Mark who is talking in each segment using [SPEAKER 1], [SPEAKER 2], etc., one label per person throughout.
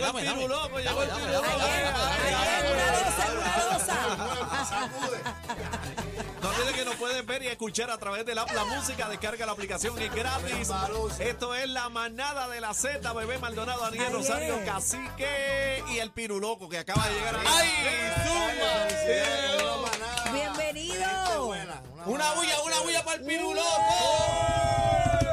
[SPEAKER 1] loco, llegó el tiruloco. No olvides que nos puedes ver y escuchar a través de la, la música. Descarga la aplicación, es gratis. Esto es la manada de la Z, bebé Maldonado, Daniel
[SPEAKER 2] Ahí
[SPEAKER 1] Rosario,
[SPEAKER 2] es.
[SPEAKER 1] Cacique y el piruloco que acaba de llegar.
[SPEAKER 3] ¡Ay,
[SPEAKER 1] ¡Ay,
[SPEAKER 3] zumba!
[SPEAKER 2] Bienvenido.
[SPEAKER 3] Una bulla, una bulla para el piruloco.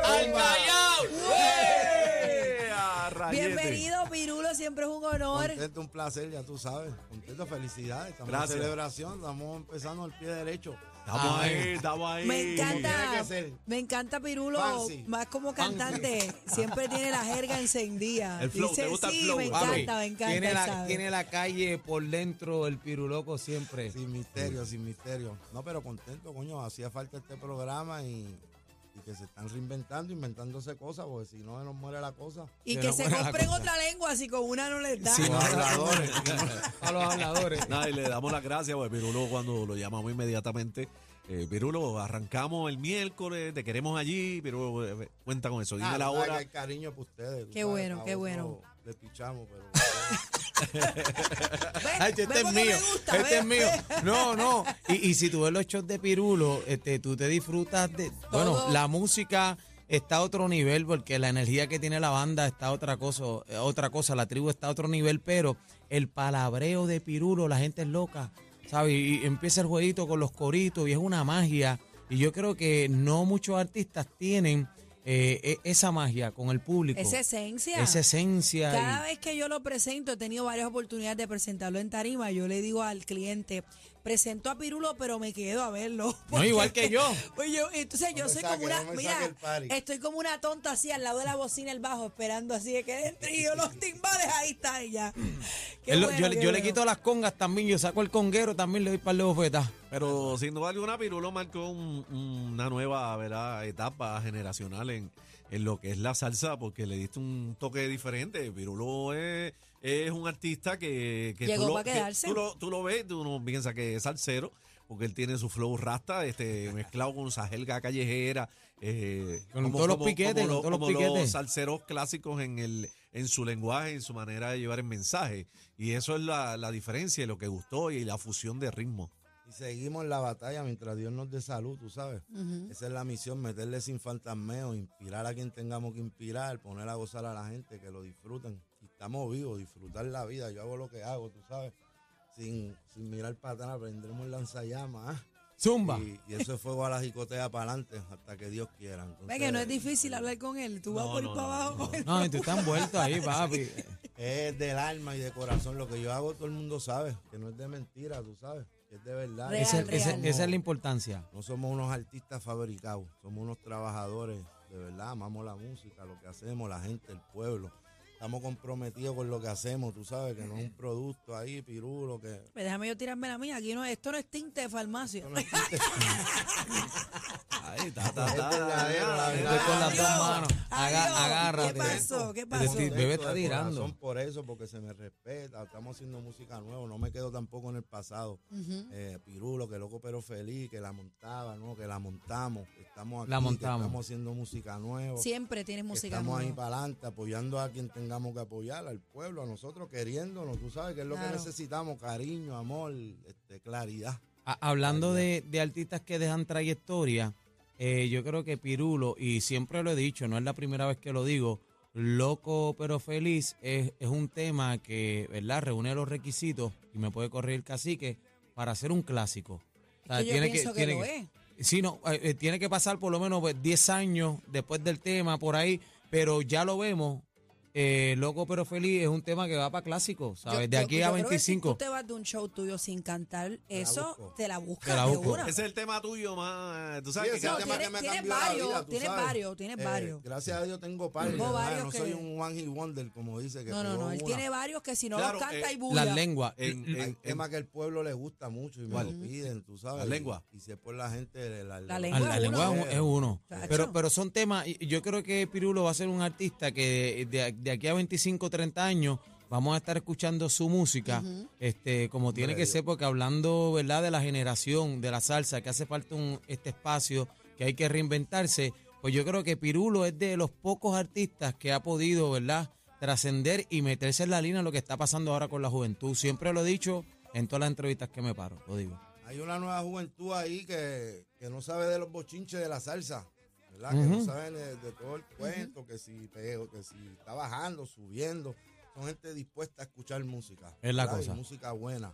[SPEAKER 3] Al callao.
[SPEAKER 1] ¡Ea, rayete!
[SPEAKER 2] Bienvenido, Pirulo. Siempre es un honor.
[SPEAKER 4] Contento, un placer, ya tú sabes. Contento, felicidades. Estamos
[SPEAKER 1] Gracias.
[SPEAKER 4] en celebración, estamos empezando el pie derecho.
[SPEAKER 1] Estamos ahí, estamos ahí.
[SPEAKER 2] Me
[SPEAKER 4] tiene
[SPEAKER 2] encanta,
[SPEAKER 4] que ser.
[SPEAKER 2] me encanta Pirulo,
[SPEAKER 4] Fancy.
[SPEAKER 2] más como cantante. Siempre tiene la jerga encendida.
[SPEAKER 1] El flow,
[SPEAKER 2] Dice,
[SPEAKER 1] ¿te gusta el
[SPEAKER 2] sí,
[SPEAKER 1] flow?
[SPEAKER 2] me
[SPEAKER 1] Papi,
[SPEAKER 2] encanta, me encanta.
[SPEAKER 3] Tiene
[SPEAKER 2] él
[SPEAKER 3] la,
[SPEAKER 2] sabe.
[SPEAKER 3] tiene la calle por dentro el piruloco siempre.
[SPEAKER 4] Sin misterio, sin misterio. No, pero contento, coño. Hacía falta este programa y, y que se están reinventando, inventándose cosas, porque si no, se nos muere la cosa.
[SPEAKER 2] y
[SPEAKER 3] Yo
[SPEAKER 2] que
[SPEAKER 3] no
[SPEAKER 2] se
[SPEAKER 3] puedo la
[SPEAKER 2] compren
[SPEAKER 3] cosa.
[SPEAKER 2] otra lengua si con una no les da.
[SPEAKER 3] Sí, no.
[SPEAKER 4] Los habladores.
[SPEAKER 3] A los habladores.
[SPEAKER 1] Nada, y le damos las gracias, pues Pirulo cuando lo llamamos inmediatamente. Eh, Pirulo, arrancamos el miércoles, te queremos allí, Pirulo, eh, cuenta con eso, dime
[SPEAKER 4] Ah,
[SPEAKER 1] la
[SPEAKER 4] tú sabes
[SPEAKER 1] hora.
[SPEAKER 4] que Hay cariño para ustedes. tú
[SPEAKER 2] Qué
[SPEAKER 4] sabes,
[SPEAKER 2] bueno,
[SPEAKER 4] a
[SPEAKER 2] qué
[SPEAKER 4] otro
[SPEAKER 2] bueno.
[SPEAKER 4] Le pichamos, pero.
[SPEAKER 2] Ve,
[SPEAKER 3] Ay, este
[SPEAKER 2] ve
[SPEAKER 3] es
[SPEAKER 2] porque me
[SPEAKER 3] mío.
[SPEAKER 2] gusta,
[SPEAKER 3] este
[SPEAKER 2] ve,
[SPEAKER 3] es mío.
[SPEAKER 2] ve.
[SPEAKER 3] No, no. Y, y si tú ves los shows de Pirulo, este, tú te disfrutas de. Bueno, la música está a otro nivel porque la energía que tiene la banda está a otra cosa, eh, otra cosa. La tribu está a otro nivel, pero el palabreo de Pirulo, la gente es loca, ¿sabes? Y, y empieza el jueguito con los coritos y es una magia. Y yo creo que no muchos artistas tienen eh, e- esa magia con el público.
[SPEAKER 2] Esa esencia.
[SPEAKER 3] Esa esencia.
[SPEAKER 2] Cada
[SPEAKER 3] y-
[SPEAKER 2] vez que yo lo presento, he tenido varias oportunidades de presentarlo en tarima. Yo le digo al cliente, presento a Pirulo, pero me quedo a verlo.
[SPEAKER 3] No, igual que yo.
[SPEAKER 2] Oye, yo- entonces yo
[SPEAKER 4] No me
[SPEAKER 2] soy
[SPEAKER 4] saque,
[SPEAKER 2] como una,
[SPEAKER 4] no me saque
[SPEAKER 2] mira,
[SPEAKER 4] el party.
[SPEAKER 2] estoy como una tonta así al lado de la bocina, el bajo, esperando así de que entre y yo los timbales, ahí está ella. Qué
[SPEAKER 3] Él lo-
[SPEAKER 2] bueno,
[SPEAKER 3] yo
[SPEAKER 2] qué
[SPEAKER 3] le- yo le
[SPEAKER 2] bueno.
[SPEAKER 3] quito las congas también, yo saco el conguero también, le doy par de bofetas.
[SPEAKER 1] Pero sin duda alguna, Pirulo marcó un- una nueva ¿verdad? etapa generacional en, en lo que es la salsa, porque le diste un toque diferente. Pirulo es, es un artista que, que
[SPEAKER 2] Llegó
[SPEAKER 1] tú, lo,
[SPEAKER 2] pa' quedarse.
[SPEAKER 1] tú lo, tú lo ves, tú no piensas que es salsero, porque él tiene su flow rasta, este, mezclado con sajelga callejera. eh,
[SPEAKER 3] Con todos los piquetes,
[SPEAKER 1] como
[SPEAKER 3] con todos los
[SPEAKER 1] como
[SPEAKER 3] piquetes.
[SPEAKER 1] salseros clásicos en el en su lenguaje, en su manera de llevar el mensaje. Y eso es la, la diferencia y lo que gustó y la fusión de ritmos.
[SPEAKER 4] Y seguimos la batalla mientras Dios nos dé salud, tú sabes.
[SPEAKER 2] Ujú.
[SPEAKER 4] Esa es la misión, meterle sin fantasmeo, inspirar a quien tengamos que inspirar, poner a gozar a la gente, que lo disfruten. Y estamos vivos, disfrutar la vida. Yo hago lo que hago, tú sabes. Sin, sin mirar para atrás, prendremos el lanzallamas. ¿ah?
[SPEAKER 3] Zumba.
[SPEAKER 4] Y, y eso es fuego a la jicotea para adelante, hasta que Dios quiera.
[SPEAKER 2] Ve
[SPEAKER 4] Entonces,
[SPEAKER 2] que no es difícil hablar con él, tú vas
[SPEAKER 1] No,
[SPEAKER 2] por
[SPEAKER 1] no,
[SPEAKER 2] para
[SPEAKER 1] no,
[SPEAKER 2] abajo. pues,
[SPEAKER 1] no,
[SPEAKER 2] con él.
[SPEAKER 3] No, y tú estás envuelto ahí, papi.
[SPEAKER 4] Es del alma y de corazón. Lo que yo hago, todo el mundo sabe. Que no es de mentira, tú sabes. que es de verdad.
[SPEAKER 2] Real,
[SPEAKER 3] Esa,
[SPEAKER 2] real.
[SPEAKER 3] esa-
[SPEAKER 4] Somos-
[SPEAKER 3] esa es la importancia.
[SPEAKER 4] No somos unos artistas fabricados, somos unos trabajadores, de verdad, amamos la música, lo que hacemos, la gente, el pueblo. Estamos comprometidos con lo que hacemos, tú sabes, que no es un producto ahí, pirulo, que...
[SPEAKER 2] Pues déjame yo tirarme la mía, aquí no, esto no es tinte de farmacia.
[SPEAKER 4] No, no,
[SPEAKER 1] Ahí ta, ta,
[SPEAKER 4] Es
[SPEAKER 1] ta,
[SPEAKER 4] verdadero,
[SPEAKER 1] ta,
[SPEAKER 4] la
[SPEAKER 1] ta,
[SPEAKER 3] Estoy
[SPEAKER 4] verdad.
[SPEAKER 3] con las dos
[SPEAKER 2] Adiós,
[SPEAKER 3] manos. Aga-
[SPEAKER 2] adiós.
[SPEAKER 3] agárrate.
[SPEAKER 2] ¿Qué pasó? ¿Qué pasó?
[SPEAKER 3] Este bebé está
[SPEAKER 4] contento de
[SPEAKER 3] tirando.
[SPEAKER 4] corazón Por eso, porque se me respeta, estamos haciendo música nueva, no me quedo tampoco en el pasado.
[SPEAKER 2] Ujú.
[SPEAKER 4] Eh, pirulo, que loco pero feliz, que la montaba, ¿no? Que la montamos, que estamos aquí,
[SPEAKER 3] La
[SPEAKER 4] que
[SPEAKER 3] montamos.
[SPEAKER 4] estamos haciendo música nueva.
[SPEAKER 2] Siempre tienes
[SPEAKER 4] que
[SPEAKER 2] música
[SPEAKER 4] estamos ahí
[SPEAKER 2] nueva.
[SPEAKER 4] para adelante, apoyando a quien tengamos que apoyar, al pueblo, a nosotros, queriéndonos, tú sabes que es lo
[SPEAKER 2] Claro.
[SPEAKER 4] que necesitamos, cariño, amor, este, claridad.
[SPEAKER 3] A- Ah, hablando de, de artistas que dejan trayectoria, eh, yo creo que Pirulo, y siempre lo he dicho, no es la primera vez que lo digo, Loco pero feliz es, es un tema que, ¿verdad? Reúne los requisitos, y me puede correr el cacique, para hacer un clásico. O sea,
[SPEAKER 2] Es que yo
[SPEAKER 3] tiene que-
[SPEAKER 2] pienso que,
[SPEAKER 3] tiene
[SPEAKER 2] lo
[SPEAKER 3] que-
[SPEAKER 2] es.
[SPEAKER 3] Sí, no, eh, eh, tiene que pasar por lo menos pues, 10 años después del tema, por ahí, pero ya lo vemos. eh, Loco pero feliz es un tema que va para clásico, ¿sabes?
[SPEAKER 2] Yo-
[SPEAKER 3] de
[SPEAKER 2] yo-
[SPEAKER 3] aquí
[SPEAKER 2] yo
[SPEAKER 3] a
[SPEAKER 2] creo que si
[SPEAKER 3] 25.
[SPEAKER 2] tú te vas de un show tuyo sin cantar eso,
[SPEAKER 4] busco.
[SPEAKER 2] te la buscas.
[SPEAKER 3] Te la
[SPEAKER 2] de
[SPEAKER 3] busco.
[SPEAKER 2] una.
[SPEAKER 1] ta. Ese es el tema tuyo más. Tú sabes
[SPEAKER 4] Sí,
[SPEAKER 1] que
[SPEAKER 4] ese es el
[SPEAKER 2] No,
[SPEAKER 1] cada-
[SPEAKER 4] tema que
[SPEAKER 2] tienes-
[SPEAKER 4] me
[SPEAKER 2] tienes
[SPEAKER 4] cambió la
[SPEAKER 2] varios,
[SPEAKER 4] vida, tú
[SPEAKER 2] tienes
[SPEAKER 4] sabes. Eh,
[SPEAKER 2] varios, tienes varios.
[SPEAKER 4] Gracias a Dios tengo par,
[SPEAKER 2] Tengo
[SPEAKER 4] ¿verdad?
[SPEAKER 2] varios
[SPEAKER 4] no
[SPEAKER 2] que-
[SPEAKER 4] soy un one hit wonder, como dice que
[SPEAKER 2] No, no,
[SPEAKER 4] pegó
[SPEAKER 2] no. Él
[SPEAKER 4] una.
[SPEAKER 2] tiene varios que si no
[SPEAKER 1] Claro,
[SPEAKER 2] los canta
[SPEAKER 1] eh,
[SPEAKER 2] y bulla.
[SPEAKER 3] Las lenguas.
[SPEAKER 1] en-
[SPEAKER 4] Hay
[SPEAKER 1] en- en-
[SPEAKER 4] temas que el pueblo le gusta mucho y me
[SPEAKER 1] ¿Cuál?
[SPEAKER 4] lo piden, tú sabes.
[SPEAKER 1] La
[SPEAKER 4] y-
[SPEAKER 1] lengua.
[SPEAKER 4] Y, si es por la gente, la,
[SPEAKER 2] La
[SPEAKER 3] Ah,
[SPEAKER 2] lengua.
[SPEAKER 3] la lengua es un- es uno.
[SPEAKER 2] Chacho.
[SPEAKER 3] Pero, pero son temas, y- yo creo que Pirulo va a ser un artista que de, de aquí a 25, 30 años vamos a estar escuchando su música, este como tiene
[SPEAKER 4] Hombre,
[SPEAKER 3] que ser,
[SPEAKER 4] Dios.
[SPEAKER 3] porque hablando verdad de la generación, de la salsa, que hace falta un, este espacio, que hay que reinventarse, pues yo creo que Pirulo es de los pocos artistas que ha podido, ¿verdad? trascender y meterse en la línea de lo que está pasando ahora con la juventud. Siempre lo he dicho en todas las entrevistas que me paro, lo digo.
[SPEAKER 4] Hay una nueva juventud ahí que, que no sabe de los bochinches de la salsa, ¿verdad? Que
[SPEAKER 3] Ujú.
[SPEAKER 4] no saben de, de todo el cuento, que si pego, que si está bajando, subiendo. Son gente dispuesta a escuchar música.
[SPEAKER 3] Es la
[SPEAKER 4] ¿verdad? Y
[SPEAKER 3] cosa.
[SPEAKER 4] música buena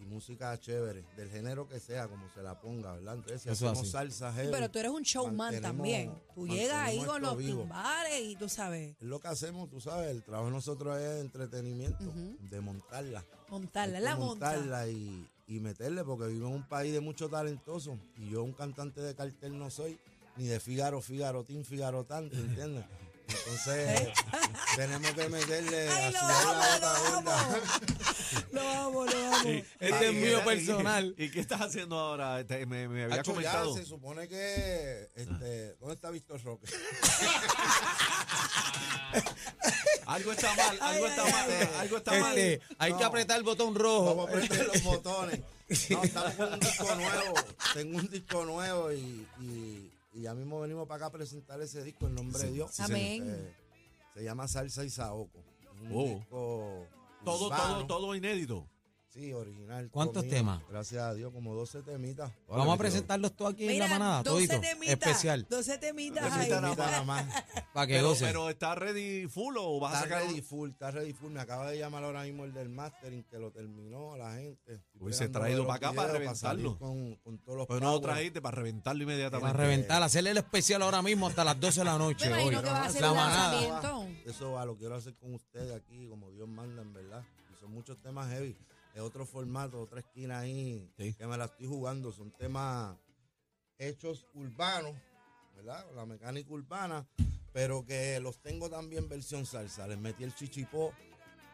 [SPEAKER 4] y música chévere, del género que sea, como se la ponga, ¿verdad? Entonces, si
[SPEAKER 3] Eso es
[SPEAKER 4] hacemos
[SPEAKER 3] así.
[SPEAKER 4] salsa heavy,
[SPEAKER 2] Pero tú eres un showman
[SPEAKER 4] Mantenemos-
[SPEAKER 2] también. Tú llegas ahí
[SPEAKER 4] mantenemos
[SPEAKER 2] con
[SPEAKER 4] esto
[SPEAKER 2] los
[SPEAKER 4] vivo.
[SPEAKER 2] timbales y tú sabes,
[SPEAKER 4] es lo que hacemos, tú sabes, el trabajo de nosotros es entretenimiento, de montarla.
[SPEAKER 2] montarla,
[SPEAKER 4] Hay que
[SPEAKER 2] la monta.
[SPEAKER 4] montarla y, y meterle, porque vivo en un país de muchos talentosos y yo un cantante de cartel no soy, ni de Figaro, Figarotín, Figarotante, ¿entiendes? Entonces, tenemos que meterle
[SPEAKER 2] Ay,
[SPEAKER 4] a
[SPEAKER 2] lo
[SPEAKER 4] sudar
[SPEAKER 2] amo,
[SPEAKER 4] eh, la
[SPEAKER 2] lo
[SPEAKER 4] gota gorda.
[SPEAKER 2] amo. Lo amo, lo amo.
[SPEAKER 3] Este
[SPEAKER 1] Ah,
[SPEAKER 3] es
[SPEAKER 1] y-
[SPEAKER 3] mío
[SPEAKER 1] y-
[SPEAKER 3] personal.
[SPEAKER 1] ¿Y, qué estás haciendo ahora? Este, me, me había
[SPEAKER 4] Hacho, ya
[SPEAKER 1] comentado.
[SPEAKER 4] se supone que, este, ¿dónde está Víctor Roque?
[SPEAKER 1] Algo está mal, algo
[SPEAKER 2] Ay,
[SPEAKER 1] está
[SPEAKER 2] ay,
[SPEAKER 1] mal,
[SPEAKER 4] ay.
[SPEAKER 1] algo está mal.
[SPEAKER 3] Este, hay que
[SPEAKER 4] No.
[SPEAKER 3] apretar el botón
[SPEAKER 4] Vamos
[SPEAKER 1] Oh,
[SPEAKER 3] rojo.
[SPEAKER 4] a prender
[SPEAKER 1] eh,
[SPEAKER 4] los botones. No, estamos con un disco nuevo. Tengo un disco nuevo y, y, y ya mismo venimos para acá a presentar ese disco en nombre
[SPEAKER 1] Sí,
[SPEAKER 4] de Dios.
[SPEAKER 1] sí,
[SPEAKER 2] señor. Amén.
[SPEAKER 4] Eh, se llama Salsa y Saoco. Es un
[SPEAKER 1] Oh.
[SPEAKER 4] disco
[SPEAKER 1] Todo, todo,
[SPEAKER 4] urbano.
[SPEAKER 1] todo inédito.
[SPEAKER 4] Sí, original.
[SPEAKER 3] ¿Cuántos
[SPEAKER 4] mío.
[SPEAKER 3] temas?
[SPEAKER 4] Gracias a Dios, como 12 temitas.
[SPEAKER 3] Vamos a presentarlos todos aquí en la manada, todito, especial,
[SPEAKER 2] 12
[SPEAKER 4] Tres
[SPEAKER 2] temitas ahí.
[SPEAKER 4] temitas nada más.
[SPEAKER 3] para que
[SPEAKER 1] Pero,
[SPEAKER 3] gocen.
[SPEAKER 1] pero está ready full o vas a
[SPEAKER 4] Está
[SPEAKER 1] sacar.
[SPEAKER 4] ready full, está ready full. Me acaba de llamar ahora mismo el del mastering que lo terminó la gente. Estoy
[SPEAKER 1] Hubiese
[SPEAKER 4] esperando
[SPEAKER 1] traído
[SPEAKER 4] ver
[SPEAKER 1] pa'
[SPEAKER 4] los
[SPEAKER 1] acá para
[SPEAKER 4] videos, salir
[SPEAKER 1] reventarlo.
[SPEAKER 4] Con, con todos los
[SPEAKER 1] Pero no lo
[SPEAKER 4] powers.
[SPEAKER 1] trajiste para reventarlo
[SPEAKER 3] Para
[SPEAKER 1] inmediatamente.
[SPEAKER 3] reventar, hacerle el especial ahora mismo hasta las 12 de la noche.
[SPEAKER 2] Me imagino
[SPEAKER 3] hoy.
[SPEAKER 2] que va a
[SPEAKER 4] Ajá.
[SPEAKER 2] ser
[SPEAKER 3] la
[SPEAKER 2] un
[SPEAKER 3] manada.
[SPEAKER 2] lanzamiento.
[SPEAKER 4] Eso va, lo quiero hacer con ustedes aquí, como Dios manda, en verdad. Y son muchos temas heavy. Es otro formato, otra esquina ahí,
[SPEAKER 1] Sí.
[SPEAKER 4] que me la estoy jugando. Son temas hechos urbanos, ¿verdad? Con La mecánica urbana, pero que los tengo también versión salsa. Les metí el chichipó,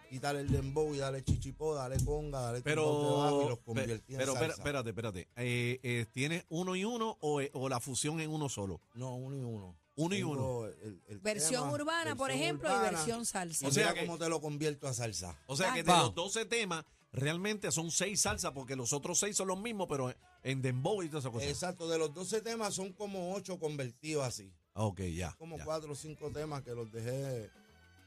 [SPEAKER 4] quitar el dembow y dale chichipó, dale conga, dale tumbao de bajo y
[SPEAKER 1] Pero,
[SPEAKER 4] los convertí en
[SPEAKER 1] pero espera-
[SPEAKER 4] salsa.
[SPEAKER 1] espérate, espérate. Eh, eh, ¿Tienes uno y uno o, eh, o la fusión en uno solo?
[SPEAKER 4] No, uno y uno.
[SPEAKER 1] Uno y
[SPEAKER 4] Tengo
[SPEAKER 1] uno.
[SPEAKER 4] el- el
[SPEAKER 2] Versión
[SPEAKER 4] tema,
[SPEAKER 2] urbana, por
[SPEAKER 4] versión
[SPEAKER 2] ejemplo,
[SPEAKER 4] urbana,
[SPEAKER 2] y versión
[SPEAKER 4] y
[SPEAKER 2] salsa.
[SPEAKER 1] O sea
[SPEAKER 4] mira
[SPEAKER 1] que-
[SPEAKER 4] cómo te lo convierto a salsa.
[SPEAKER 1] O sea que de
[SPEAKER 3] Wow.
[SPEAKER 1] los 12 temas, realmente son seis salsas, porque los otros seis son los mismos, pero en dembow y toda esa cosa.
[SPEAKER 4] Exacto, de los 12 temas son como 8 convertidos así.
[SPEAKER 1] Ah, ok, ya.
[SPEAKER 4] Como
[SPEAKER 1] ya.
[SPEAKER 4] 4 o 5 temas que los dejé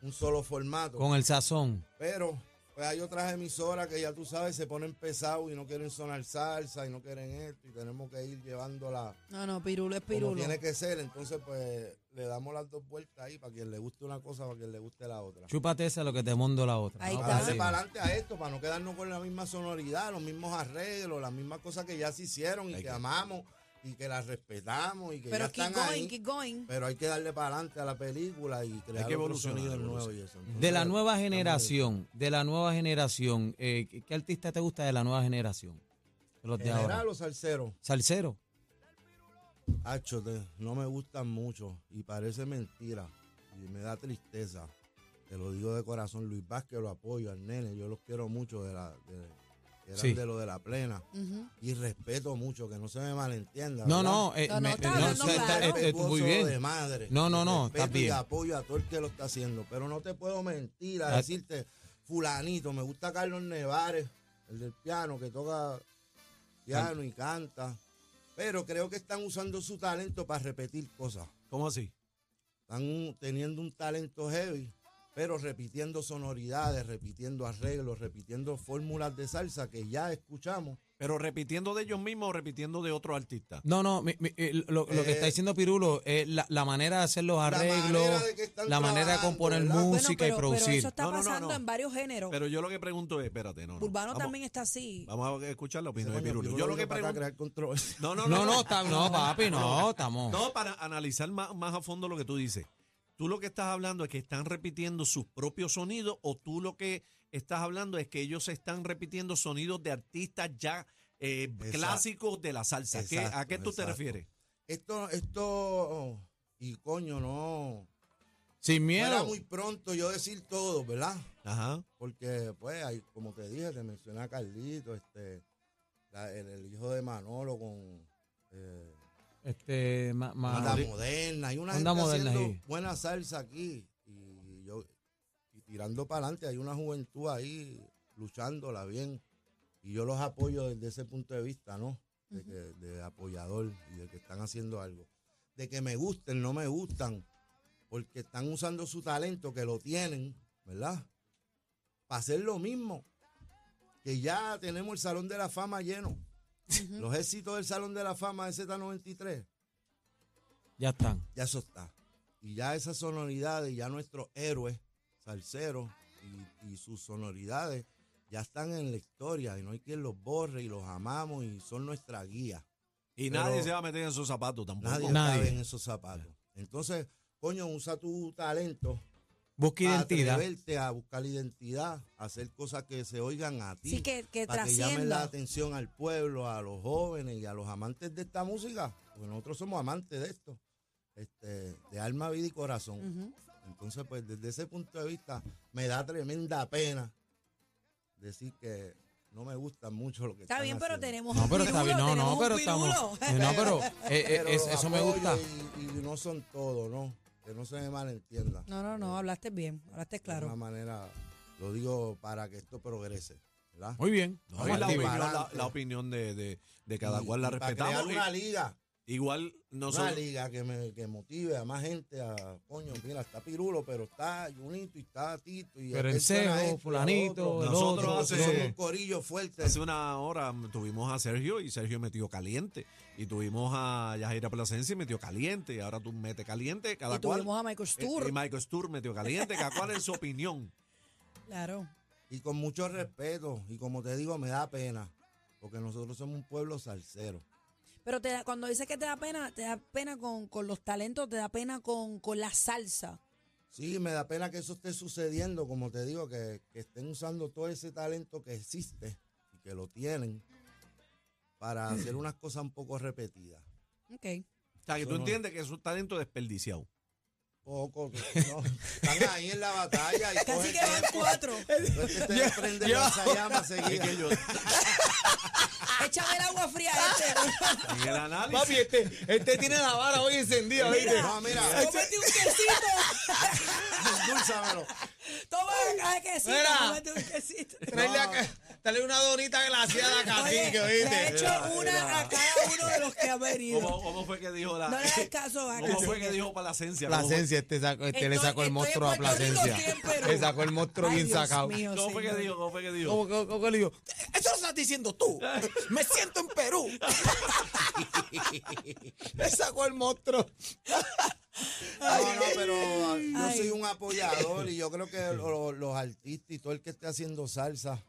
[SPEAKER 4] un solo formato.
[SPEAKER 3] Con el sazón.
[SPEAKER 4] Pero pues hay otras emisoras que ya tú sabes se ponen pesados y no quieren sonar salsa y no quieren esto y tenemos que ir llevándola
[SPEAKER 2] No, no, pirulo es
[SPEAKER 4] como
[SPEAKER 2] pirulo.
[SPEAKER 4] tiene que ser. Entonces pues le damos las dos vueltas ahí para quien le guste una cosa, para quien le guste la otra.
[SPEAKER 3] Chúpate esa lo que te mondo la otra. Ah,
[SPEAKER 2] Ahí
[SPEAKER 4] Para
[SPEAKER 2] está.
[SPEAKER 4] darle
[SPEAKER 3] sí.
[SPEAKER 4] para adelante a esto, para no quedarnos con la misma sonoridad, los mismos arreglos, las mismas cosas que ya se hicieron y
[SPEAKER 1] Hay
[SPEAKER 4] que
[SPEAKER 1] que-
[SPEAKER 4] amamos y que las respetamos y que ya
[SPEAKER 2] Pero
[SPEAKER 4] están
[SPEAKER 2] keep going,
[SPEAKER 4] ahí.
[SPEAKER 2] keep going.
[SPEAKER 4] Pero hay que darle para adelante a la película y crear
[SPEAKER 1] que
[SPEAKER 4] otro
[SPEAKER 1] evolucionar,
[SPEAKER 4] sonido nuevo
[SPEAKER 1] evolucionar.
[SPEAKER 4] y eso. Entonces,
[SPEAKER 3] De la nueva
[SPEAKER 4] estamos ahí.
[SPEAKER 3] generación, de la nueva generación, eh, ¿qué- ¿qué artista te gusta de la nueva generación? De los de ahora.
[SPEAKER 4] General o salsero.
[SPEAKER 3] Salsero.
[SPEAKER 4] Hacho, te- no me gustan mucho y parece mentira y me da tristeza. Te lo digo de corazón, Luis Vázquez lo apoyo al nene, yo los quiero mucho de la de, eran
[SPEAKER 3] Sí.
[SPEAKER 4] de lo de la plena
[SPEAKER 2] Ujú.
[SPEAKER 4] y respeto mucho, que no se me malentienda.
[SPEAKER 3] No,
[SPEAKER 4] ¿verdad?
[SPEAKER 3] no, eh,
[SPEAKER 2] No, no,
[SPEAKER 3] me-
[SPEAKER 2] está
[SPEAKER 3] no,
[SPEAKER 2] hablando
[SPEAKER 3] está- está-
[SPEAKER 2] claro.
[SPEAKER 3] eh, eh, muy
[SPEAKER 4] Respetuoso De
[SPEAKER 3] bien.
[SPEAKER 4] madre.
[SPEAKER 3] No, no, no,
[SPEAKER 4] Respeto
[SPEAKER 3] estás bien.
[SPEAKER 4] Y apoyo a todo el que lo está haciendo. Pero no te puedo mentir a
[SPEAKER 3] Ah.
[SPEAKER 4] decirte, fulanito, me gusta Carlos Nevares, el del piano, que toca piano y canta. Pero creo que están usando su talento para repetir cosas.
[SPEAKER 1] ¿Cómo así?
[SPEAKER 4] Están teniendo un talento heavy, pero repitiendo sonoridades, repitiendo arreglos, repitiendo fórmulas de salsa que ya escuchamos.
[SPEAKER 1] Pero repitiendo de ellos mismos o repitiendo de otro artista.
[SPEAKER 3] No, no, mi- mi- eh, lo, lo que
[SPEAKER 4] Eh,
[SPEAKER 3] está diciendo Pirulo es la, la manera de hacer los arreglos,
[SPEAKER 4] de que están
[SPEAKER 3] la manera de
[SPEAKER 4] trabajando,
[SPEAKER 3] componer
[SPEAKER 4] ¿verdad? Bueno,
[SPEAKER 2] Bueno, pero,
[SPEAKER 3] música y
[SPEAKER 2] pero
[SPEAKER 3] producir.
[SPEAKER 2] eso está
[SPEAKER 1] No, no, no,
[SPEAKER 2] pasando
[SPEAKER 1] no.
[SPEAKER 2] en varios géneros.
[SPEAKER 1] Pero yo lo que pregunto es, espérate, no. no.
[SPEAKER 2] Urbano
[SPEAKER 1] Vamos-
[SPEAKER 2] también está así.
[SPEAKER 1] Vamos a escuchar la opinión
[SPEAKER 4] Ese
[SPEAKER 1] de
[SPEAKER 4] coño
[SPEAKER 1] Pirulo. Yo lo que
[SPEAKER 4] vino para acá a
[SPEAKER 1] pregunto.
[SPEAKER 4] crear controversia.
[SPEAKER 1] No, no,
[SPEAKER 3] No, no, está- no, papi, no, estamos.
[SPEAKER 1] No, para analizar más, más a fondo lo que tú dices. Tú lo que estás hablando es que están repitiendo sus propios sonidos o tú lo que estás hablando es que ellos están repitiendo sonidos de artistas ya eh,
[SPEAKER 4] Exacto.
[SPEAKER 1] clásicos de la salsa. ¿Qué- ¿A
[SPEAKER 4] Exacto,
[SPEAKER 1] qué tú te
[SPEAKER 4] exacto.
[SPEAKER 1] refieres?
[SPEAKER 4] Esto, esto, y coño, no.
[SPEAKER 3] Sin
[SPEAKER 4] Era
[SPEAKER 3] miedo.
[SPEAKER 4] muy pronto yo decir todo, ¿verdad?
[SPEAKER 1] Ajá.
[SPEAKER 4] Porque, pues, hay, como te dije, te mencioné a Carlito, este, la- el, el hijo de Manolo con eh,
[SPEAKER 3] Este, ma- ma-
[SPEAKER 4] Onda Moderna. Hay una
[SPEAKER 3] Onda
[SPEAKER 4] gente
[SPEAKER 3] Moderna
[SPEAKER 4] haciendo
[SPEAKER 3] ahí.
[SPEAKER 4] buena salsa aquí. Y yo, y tirando para adelante, hay una juventud ahí luchándola bien. Y yo los apoyo desde ese punto de vista, ¿no? De, que, de apoyador y de que están haciendo algo. De que me gusten, no me gustan. Porque están usando su talento, que lo tienen, ¿verdad? Para hacer lo mismo, que ya tenemos el Salón de la Fama lleno. Los éxitos del Salón de la Fama de Z93,
[SPEAKER 3] Ya están.
[SPEAKER 4] ya eso está. Y ya esas sonoridades, ya nuestros héroes, salseros y, y sus sonoridades, ya están en la historia y no hay quien los borre y los amamos y son nuestra guía.
[SPEAKER 1] Y
[SPEAKER 4] Pero-
[SPEAKER 1] nadie se va a meter en sus zapatos tampoco.
[SPEAKER 4] Nadie,
[SPEAKER 3] Nadie.
[SPEAKER 4] cabe en esos zapatos. Entonces, coño, usa tu talento
[SPEAKER 3] Busca
[SPEAKER 4] para
[SPEAKER 3] identidad.
[SPEAKER 4] atreverte a buscar identidad, a hacer cosas que se oigan a ti.
[SPEAKER 2] Sí, que, que
[SPEAKER 4] para que llamen la
[SPEAKER 2] trascienda.
[SPEAKER 4] atención al pueblo, a los jóvenes y a los amantes de esta música, porque nosotros somos amantes de esto, este, de alma, vida y corazón.
[SPEAKER 2] Ujú.
[SPEAKER 4] Entonces, pues desde ese punto de vista, me da tremenda pena decir que no me gusta mucho lo que
[SPEAKER 2] Está
[SPEAKER 4] están
[SPEAKER 2] bien, pero
[SPEAKER 4] haciendo.
[SPEAKER 2] tenemos
[SPEAKER 3] No,
[SPEAKER 2] un
[SPEAKER 3] pero está
[SPEAKER 2] pirulo,
[SPEAKER 3] bien. No,
[SPEAKER 2] tenemos
[SPEAKER 3] no,
[SPEAKER 2] un
[SPEAKER 3] pero estamos.
[SPEAKER 2] pirulo.
[SPEAKER 3] eh, No, pero eh, eh,
[SPEAKER 4] Pero
[SPEAKER 3] es-
[SPEAKER 4] los
[SPEAKER 3] eso me
[SPEAKER 4] apoyo
[SPEAKER 3] gusta.
[SPEAKER 4] Y, y no son todo, ¿no? Que no se me malentienda. Eh,
[SPEAKER 2] No, no, no, hablaste bien, hablaste
[SPEAKER 4] De
[SPEAKER 2] claro.
[SPEAKER 4] una manera, lo digo para que esto progrese, ¿verdad?
[SPEAKER 3] Muy bien.
[SPEAKER 1] No,
[SPEAKER 3] Vamos
[SPEAKER 1] y la
[SPEAKER 3] activa.
[SPEAKER 1] opinión,
[SPEAKER 4] activar.
[SPEAKER 1] la- la opinión de, de- de cada
[SPEAKER 4] Y-
[SPEAKER 1] cual la
[SPEAKER 4] y para
[SPEAKER 1] respetamos.
[SPEAKER 4] crear una liga.
[SPEAKER 1] Igual
[SPEAKER 4] Una
[SPEAKER 1] nosotros.
[SPEAKER 4] liga que, me, que motive a más gente a, coño, mira, está Pirulo, pero está Junito y está Tito. Y
[SPEAKER 3] Pero el
[SPEAKER 4] aquel suena
[SPEAKER 3] Cejo,
[SPEAKER 4] esto, el
[SPEAKER 3] fulanito,
[SPEAKER 4] otro.
[SPEAKER 1] el
[SPEAKER 4] Nosotros
[SPEAKER 1] otro,
[SPEAKER 4] hace-
[SPEAKER 1] otro.
[SPEAKER 4] somos un corillo fuerte.
[SPEAKER 2] Este.
[SPEAKER 1] Hace una hora tuvimos a Sergio y Sergio metió caliente. Y tuvimos a Yajaira Plasencia y metió caliente. Y ahora tú metes caliente cada
[SPEAKER 2] Y
[SPEAKER 1] cual. Eh,
[SPEAKER 2] tuvimos a Michael
[SPEAKER 1] Y
[SPEAKER 2] Stur,
[SPEAKER 1] Michael Stur metió caliente. Cada cual en su opinión.
[SPEAKER 2] claro.
[SPEAKER 4] Y con mucho respeto. Y como te digo, me da pena. Porque nosotros somos un pueblo salsero.
[SPEAKER 2] Pero te da- cuando dices que te da pena, te da pena con, con los talentos, te da pena con, con la salsa.
[SPEAKER 4] Sí, me da pena que eso esté sucediendo, como te digo, que, que estén usando todo ese talento que existe y que lo tienen para hacer unas cosas un poco repetidas.
[SPEAKER 2] Ok.
[SPEAKER 1] O sea, que
[SPEAKER 4] Eso
[SPEAKER 1] tú
[SPEAKER 4] no.
[SPEAKER 1] entiendes que es un talento desperdiciado.
[SPEAKER 4] Poco, no, están ahí en la batalla y
[SPEAKER 2] Casi
[SPEAKER 4] cogen
[SPEAKER 2] que van
[SPEAKER 4] tiempo.
[SPEAKER 2] cuatro.
[SPEAKER 4] No es que te prende lanzallamas seguida.
[SPEAKER 1] Es que yo, en
[SPEAKER 2] Échame el agua fría a este.
[SPEAKER 1] el análisis.
[SPEAKER 3] Papi, este, este tiene la vara hoy encendida, ¿viste?
[SPEAKER 4] No, mira,
[SPEAKER 2] Cómete un quesito.
[SPEAKER 4] endulzámelo.
[SPEAKER 2] Toma una caja de quesito.
[SPEAKER 3] Mira.
[SPEAKER 2] Cómete un quesito.
[SPEAKER 3] Tráele acá- dale una donita glaciada a
[SPEAKER 2] Oye,
[SPEAKER 3] Cacique,
[SPEAKER 2] le he
[SPEAKER 3] ¿oíste?
[SPEAKER 2] hecho una a cada uno de los que ha venido.
[SPEAKER 1] ¿Cómo, cómo fue que dijo la.?
[SPEAKER 2] No le hagas caso a
[SPEAKER 1] ¿Cómo fue
[SPEAKER 2] Cacique.
[SPEAKER 1] que dijo Plasencia? ¿Cómo fue-
[SPEAKER 3] Plasencia, este, sacó- este le
[SPEAKER 2] Estoy-
[SPEAKER 3] sacó
[SPEAKER 2] estoy
[SPEAKER 3] el
[SPEAKER 2] en
[SPEAKER 3] monstruo a
[SPEAKER 2] Puerto Rico,
[SPEAKER 3] Plasencia.
[SPEAKER 2] estoy en Perú.
[SPEAKER 3] Le sacó el monstruo
[SPEAKER 2] Ay,
[SPEAKER 3] bien
[SPEAKER 2] Dios
[SPEAKER 3] sacado.
[SPEAKER 2] mío,
[SPEAKER 1] ¿Cómo fue que
[SPEAKER 2] señor.
[SPEAKER 1] dijo? ¿Cómo fue que dijo?
[SPEAKER 3] ¿Cómo, cómo- cómo le digo? Eso lo estás diciendo tú. Me siento en Perú. Le sacó el monstruo.
[SPEAKER 4] No, no, pero ah, yo
[SPEAKER 2] Ay.
[SPEAKER 4] soy un apoyador y yo creo que lo- los artistas y todo el que esté haciendo salsa,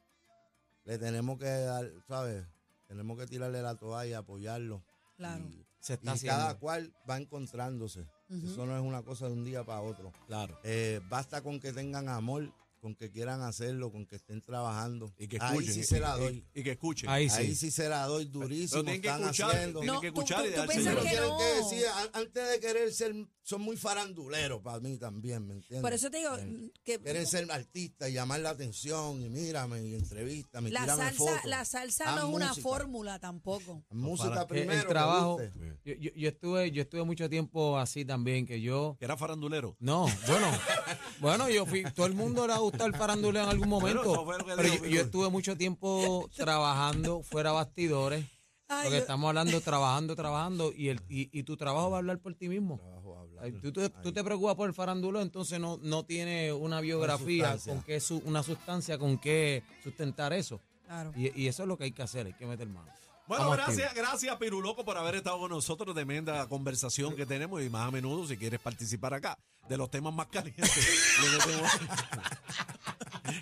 [SPEAKER 4] le tenemos que dar, ¿sabes? Tenemos que tirarle la toalla y apoyarlo.
[SPEAKER 2] Claro.
[SPEAKER 4] Y,
[SPEAKER 3] Se
[SPEAKER 4] y cada cual va encontrándose. Eso no es una cosa de un día para otro.
[SPEAKER 1] Claro.
[SPEAKER 4] Eh, basta con que tengan amor, con que quieran hacerlo, con que estén trabajando.
[SPEAKER 1] Y que escuchen.
[SPEAKER 4] Ahí sí
[SPEAKER 1] y-
[SPEAKER 4] se la
[SPEAKER 1] y-
[SPEAKER 4] doy.
[SPEAKER 1] Y, que escuchen.
[SPEAKER 3] Ahí
[SPEAKER 4] Ahí
[SPEAKER 3] sí.
[SPEAKER 4] sí se la doy durísimo.
[SPEAKER 1] Pero tienen que
[SPEAKER 4] están
[SPEAKER 1] escuchar,
[SPEAKER 4] haciendo.
[SPEAKER 1] tienen
[SPEAKER 2] No,
[SPEAKER 1] que
[SPEAKER 2] tú-
[SPEAKER 1] escuchar
[SPEAKER 2] tú-
[SPEAKER 1] y
[SPEAKER 2] tú
[SPEAKER 1] darse
[SPEAKER 2] piensas
[SPEAKER 4] Pero
[SPEAKER 1] llevar.
[SPEAKER 2] que
[SPEAKER 4] tienen
[SPEAKER 2] no.
[SPEAKER 4] que decir, a- antes de querer ser, son muy faranduleros para mí también, ¿me entiendes?
[SPEAKER 2] Por eso te digo
[SPEAKER 4] Eh,
[SPEAKER 2] que
[SPEAKER 4] Quieren ser artistas y llamar la atención, y mírame, y entrevista, me
[SPEAKER 2] la salsa, la salsa
[SPEAKER 4] Haz
[SPEAKER 3] Ah,
[SPEAKER 2] no es una
[SPEAKER 4] música.
[SPEAKER 2] fórmula tampoco.
[SPEAKER 4] Música
[SPEAKER 1] Para
[SPEAKER 3] que el
[SPEAKER 4] primero. que
[SPEAKER 3] trabajo-
[SPEAKER 4] guste.
[SPEAKER 3] Yo, yo- yo estuve, yo estuve mucho tiempo así también, que yo.
[SPEAKER 1] Que era farandulero.
[SPEAKER 3] No, bueno, bueno, yo fui, todo el mundo le ha gustado el faranduleo en algún
[SPEAKER 1] Bueno, eso
[SPEAKER 3] momento,
[SPEAKER 1] fue lo que
[SPEAKER 3] pero
[SPEAKER 1] dijo
[SPEAKER 3] yo, yo
[SPEAKER 1] Pitbull.
[SPEAKER 3] estuve mucho tiempo trabajando fuera bastidores,
[SPEAKER 2] Ay,
[SPEAKER 3] porque
[SPEAKER 2] yo-
[SPEAKER 3] estamos hablando, trabajando, trabajando, y, el, y, y tu trabajo va a hablar por ti mismo.
[SPEAKER 4] Trabajo, habla.
[SPEAKER 3] Ay, Tú, tú- tú te preocupas por el farandulo, entonces no, no tiene una biografía
[SPEAKER 4] sustancia.
[SPEAKER 3] con qué su- una sustancia con qué sustentar eso.
[SPEAKER 2] Claro.
[SPEAKER 3] Y, y eso es lo que hay que hacer, hay que meter mano.
[SPEAKER 1] Bueno,
[SPEAKER 3] Vamos
[SPEAKER 1] gracias,
[SPEAKER 3] activo.
[SPEAKER 1] gracias Piruloco por haber estado con nosotros. Tremenda conversación que tenemos y más a menudo si quieres participar acá de los temas más calientes. lo que tenemos.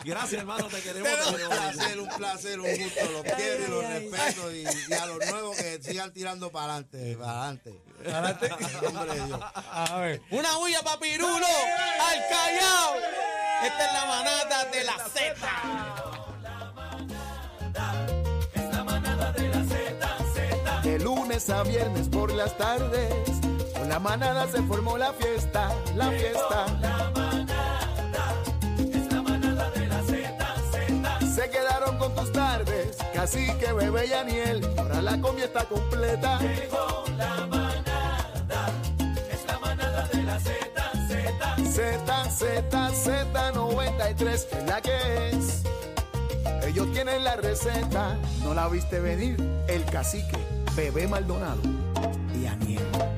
[SPEAKER 1] gracias, hermano, te queremos. te
[SPEAKER 4] Un
[SPEAKER 1] queremos.
[SPEAKER 4] placer, un placer, un gusto. Los quiero y los
[SPEAKER 2] ay, ay.
[SPEAKER 4] respeto. Y, y a los nuevos que sigan tirando para adelante, para adelante. Para adelante. Hombre de Dios.
[SPEAKER 3] A ver. Una bulla para Pirulo, al Callao. Esta es la manada de la Z.
[SPEAKER 5] De lunes a viernes por las tardes, con la manada se formó la fiesta, la fiesta. La manada, es la manada de la Z, Se quedaron con tus tardes, cacique, bebé y Aniel, ahora la comida está completa. ZZZ93 es la que es. Ellos tienen la receta. No la viste venir. El cacique, bebé Maldonado y Aniel.